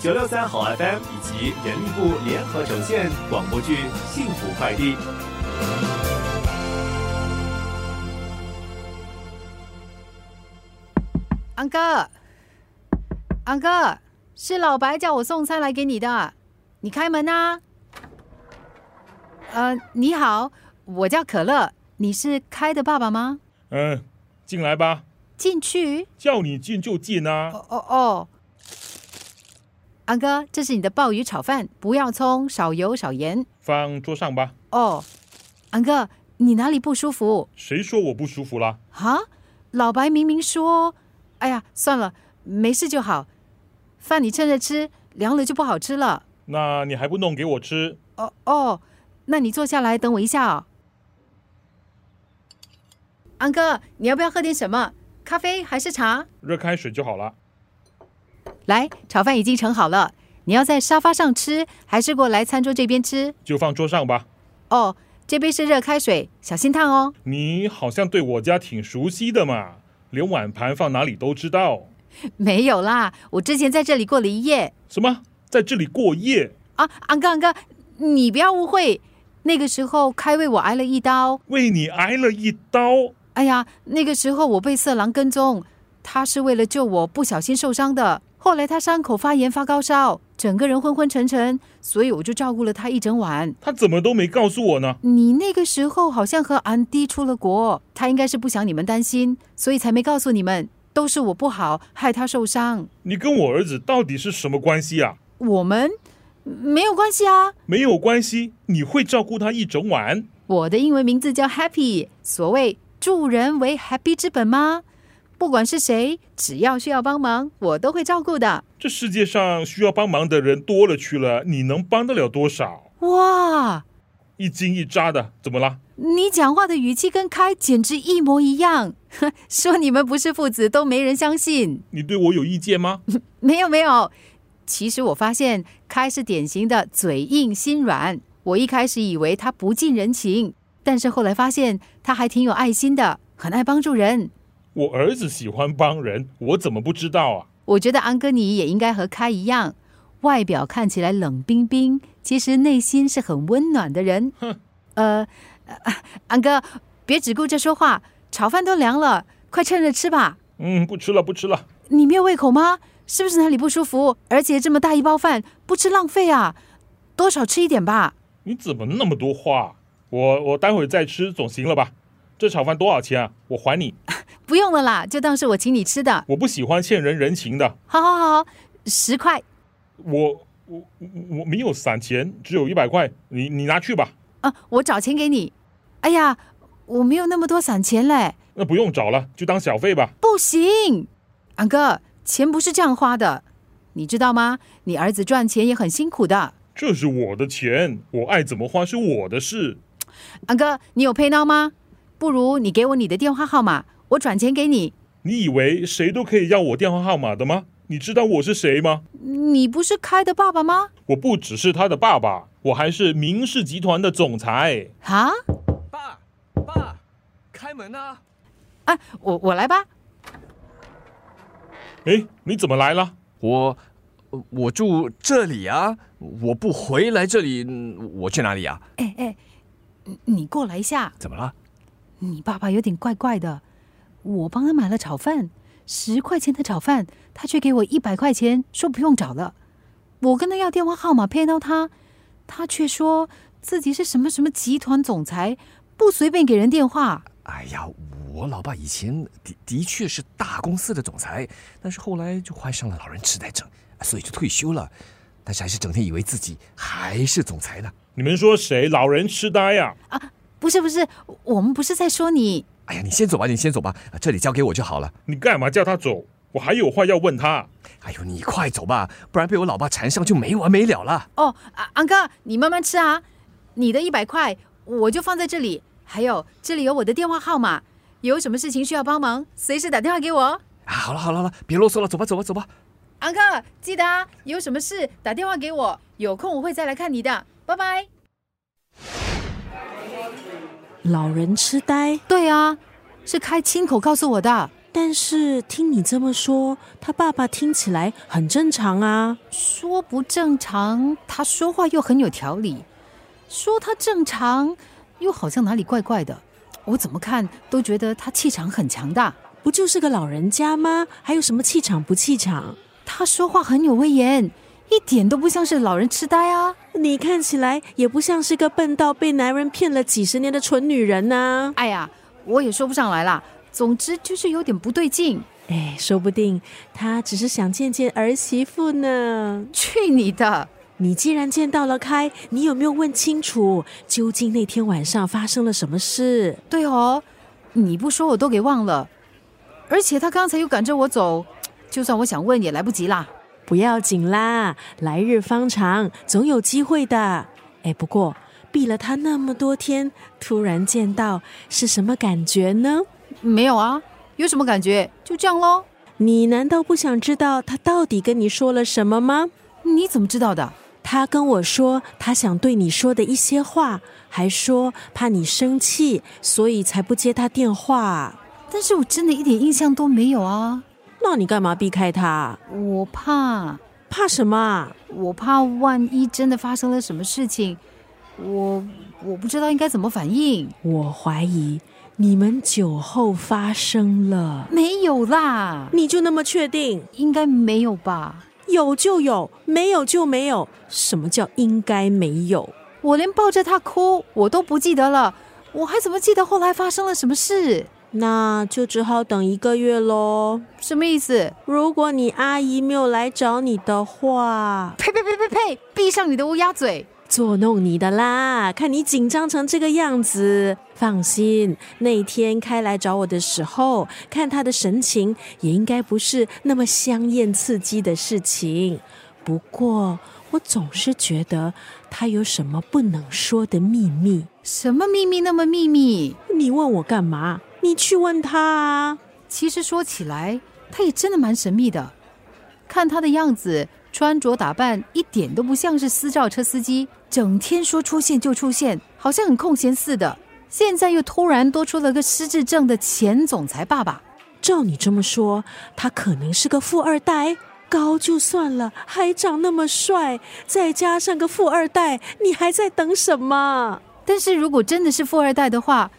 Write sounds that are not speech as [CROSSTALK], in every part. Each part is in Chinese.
九六三好 FM 以及人力部联合呈现广播剧《幸福快递》。安哥，安哥，是老白叫我送餐来给你的，你开门啊。呃，你好，我叫可乐，你是开的爸爸吗？嗯，进来吧，进去。叫你进就进啊。哦哦哦，安哥，这是你的鲍鱼炒饭，不要葱，少油少盐。放桌上吧。哦，安哥，你哪里不舒服？谁说我不舒服啦？啊，老白明明说，哎呀，算了，没事就好。饭你趁热吃，凉了就不好吃了。那你还不弄给我吃？哦哦，那你坐下来等我一下哦。安哥，你要不要喝点什么？咖啡还是茶？热开水就好了。来，炒饭已经盛好了，你要在沙发上吃，还是过来餐桌这边吃？就放桌上吧。哦，这杯是热开水，小心烫哦。你好像对我家挺熟悉的嘛，连碗盘放哪里都知道。没有啦，我之前在这里过了一夜什么？在这里过夜？啊。安哥，安哥，你不要误会，那个时候开胃我挨了一刀。为你挨了一刀？哎呀，那个时候我被色狼跟踪，他是为了救我不小心受伤的。后来他伤口发炎发高烧，整个人昏昏沉沉，所以我就照顾了他一整晚。他怎么都没告诉我呢？你那个时候好像和安迪出了国，他应该是不想你们担心，所以才没告诉你们。都是我不好，害他受伤。你跟我儿子到底是什么关系啊？我们没有关系啊。没有关系，你会照顾他一整晚。我的英文名字叫 Happy，所谓助人为 Happy 之本吗？不管是谁，只要需要帮忙，我都会照顾的。这世界上需要帮忙的人多了去了，你能帮得了多少？哇，一惊一乍的，怎么啦？你讲话的语气跟开简直一模一样， [LAUGHS] 说你们不是父子都没人相信。你对我有意见吗？ [LAUGHS] 没有没有，其实我发现开是典型的嘴硬心软。我一开始以为他不近人情，但是后来发现他还挺有爱心的，很爱帮助人。我儿子喜欢帮人，我怎么不知道啊？我觉得安哥你也应该和开一样，外表看起来冷冰冰，其实内心是很温暖的人。哼呃，啊安哥，别只顾着说话，炒饭都凉了，快趁热吃吧。嗯，不吃了，不吃了。你没有胃口吗？是不是哪里不舒服？而且这么大一包饭不吃浪费啊，多少吃一点吧。你怎么那么多话？啊我我待会儿再吃总行了吧？这炒饭多少钱啊？我还你。不用了啦，就当是我请你吃的。我不喜欢欠人人情的。好好好，十块。我我我我没有散钱，只有一百块。你你拿去吧。啊，我找钱给你。哎呀，我没有那么多散钱嘞。那不用找了，就当小费吧。不行，安哥，钱不是这样花的，你知道吗？你儿子赚钱也很辛苦的。这是我的钱，我爱怎么花是我的事。安哥，你有配 w 吗？不如你给我你的电话号码，我转钱给你。你以为谁都可以要我电话号码的吗？你知道我是谁吗？你不是开的爸爸吗？我不只是他的爸爸，我还是明氏集团的总裁。啊，爸，爸，开门啊！啊，我我来吧。诶，你怎么来了？我，呃我住这里啊，我不回来这里，嗯我去哪里啊？哎哎，你你过来一下。怎么了？你爸爸有点怪怪的，我帮他买了炒饭，十块钱的炒饭，他却给我一百块钱，说不用找了。我跟他要电话号码骗到他，他却说自己是什么什么集团总裁，不随便给人电话。哎呀，我老爸以前的的确是大公司的总裁，但是后来就患上了老人痴呆症，所以就退休了。但是还是整天以为自己还是总裁呢。你们说谁老人痴呆啊呀、不是不是，我们不是在说你，哎呀，你先走吧，你先走吧，啊这里交给我就好了。你干嘛叫他走？我还有话要问他。哎呦，你快走吧，不然被我老爸缠上就没完没了了。哦，啊安哥，你慢慢吃啊。你的一百块我就放在这里，还有这里有我的电话号码，有什么事情需要帮忙，随时打电话给我。哦啊，好了好了好了，别啰嗦了，走吧走吧走吧。安哥，记得啊，有什么事打电话给我，有空我会再来看你的，拜拜。老人痴呆，对啊，是开亲口告诉我的。但是听你这么说，他爸爸听起来很正常啊。说不正常，他说话又很有条理；说他正常，又好像哪里怪怪的。我怎么看都觉得他气场很强大。不就是个老人家吗？还有什么气场不气场？他说话很有威严，一点都不像是老人痴呆啊。你看起来也不像是个笨到被男人骗了几十年的蠢女人啊呐、哎呀，我也说不上来啦。总之就是有点不对劲。哎，说不定他只是想见见儿媳妇呢。去你的！你既然见到了开，你有没有问清楚究竟那天晚上发生了什么事？对哦，你不说我都给忘了。而且他刚才又赶着我走，就算我想问也来不及啦。不要紧啦，来日方长，总有机会的。哎，不过避了他那么多天，突然见到是什么感觉呢？没有啊，有什么感觉？就这样喽。你难道不想知道他到底跟你说了什么吗？你怎么知道的？他跟我说他想对你说的一些话，还说怕你生气，所以才不接他电话。但是我真的一点印象都没有啊。那你干嘛避开他？我怕，怕什么啊？我怕万一真的发生了什么事情，我我不知道应该怎么反应。我怀疑你们酒后发生了。没有啦，你就那么确定？应该没有吧？有就有，没有就没有。什么叫应该没有？我连抱着他哭我都不记得了，我还怎么记得后来发生了什么事？那就只好等一个月喽。什么意思？如果你阿姨没有来找你的话，呸呸呸呸呸！闭上你的乌鸦嘴！捉弄你的啦！看你紧张成这个样子，放心，那天开来找我的时候，看他的神情，也应该不是那么香艳刺激的事情。不过，我总是觉得他有什么不能说的秘密。什么秘密那么秘密？你问我干嘛？你去问他啊！其实说起来，他也真的蛮神秘的。看他的样子，穿着打扮一点都不像是私照车司机，整天说出现就出现，好像很空闲似的。现在又突然多出了个失智症的前总裁爸爸，照你这么说，他可能是个富二代。高就算了，还长那么帅，再加上个富二代，你还在等什么？但是如果真的是富二代的话，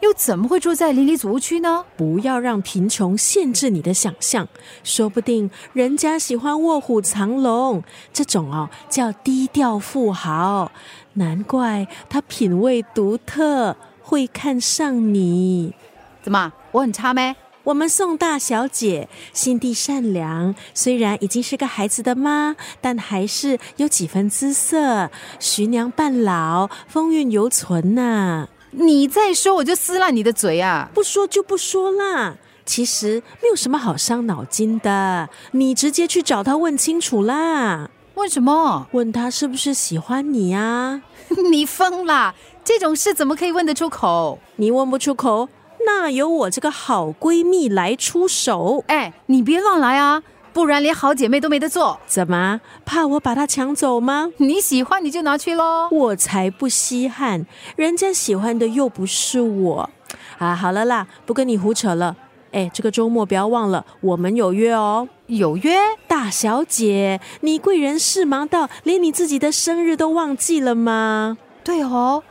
又怎么会住在邻里祖屋区呢？不要让贫穷限制你的想象，说不定人家喜欢卧虎藏龙，这种哦叫低调富豪。难怪他品味独特，会看上你。怎么，我很差咩？我们宋大小姐心地善良，虽然已经是个孩子的妈，但还是有几分姿色。徐娘半老，风韵犹存呐、你再说我就撕烂你的嘴啊！不说就不说啦。其实没有什么好伤脑筋的，你直接去找他问清楚啦。问什么？问他是不是喜欢你啊？ [LAUGHS] 你疯啦！这种事怎么可以问得出口？你问不出口，那由我这个好闺蜜来出手。哎，你别乱来啊，不然连好姐妹都没得做。怎么？怕我把她抢走吗？你喜欢你就拿去喽。我才不稀罕，人家喜欢的又不是我。啊，好了啦，不跟你胡扯了。哎，这个周末不要忘了，我们有约哦。有约？大小姐，你贵人事忙到连你自己的生日都忘记了吗？对哦，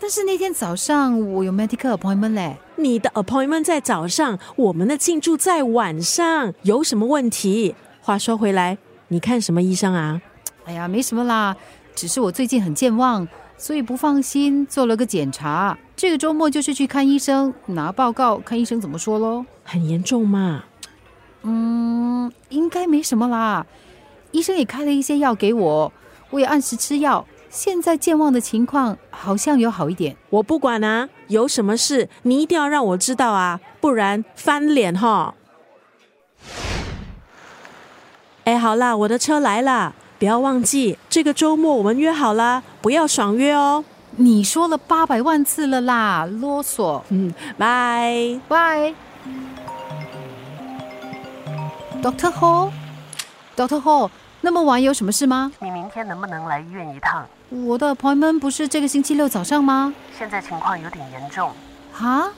但是那天早上我有 medical appointment 嘞。你的 appointment 在早上，我们的庆祝在晚上，有什么问题？话说回来，你看什么医生啊？哎呀，没什么啦，只是我最近很健忘，所以不放心，做了个检查。这个周末就是去看医生，拿报告，看医生怎么说喽。很严重吗？嗯，应该没什么啦。医生也开了一些药给我，我也按时吃药。现在健忘的情况好像有好一点。我不管啊，有什么事你一定要让我知道啊，不然翻脸哈。哎，好啦，我的车来啦，不要忘记这个周末我们约好啦，不要爽约哦。你说了八百万次了啦，啰嗦。嗯，拜。 Bye. Doctor Ho，Doctor Ho，那么晚有什么事吗？你明天能不能来医院一趟？我的 appointment 不是这个星期六早上吗？啊现在情况有点严重。哈？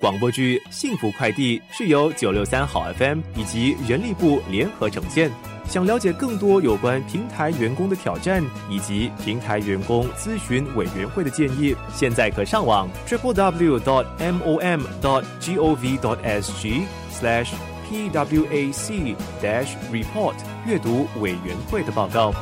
广播剧《幸福快递》是由九六三好 FM 以及人力部联合呈现。想了解更多有关平台员工的挑战以及平台员工咨询委员会的建议，现在可上网 triple w dot m o m dot g o v dot s g slash p w a c dash report 阅读委员会的报告。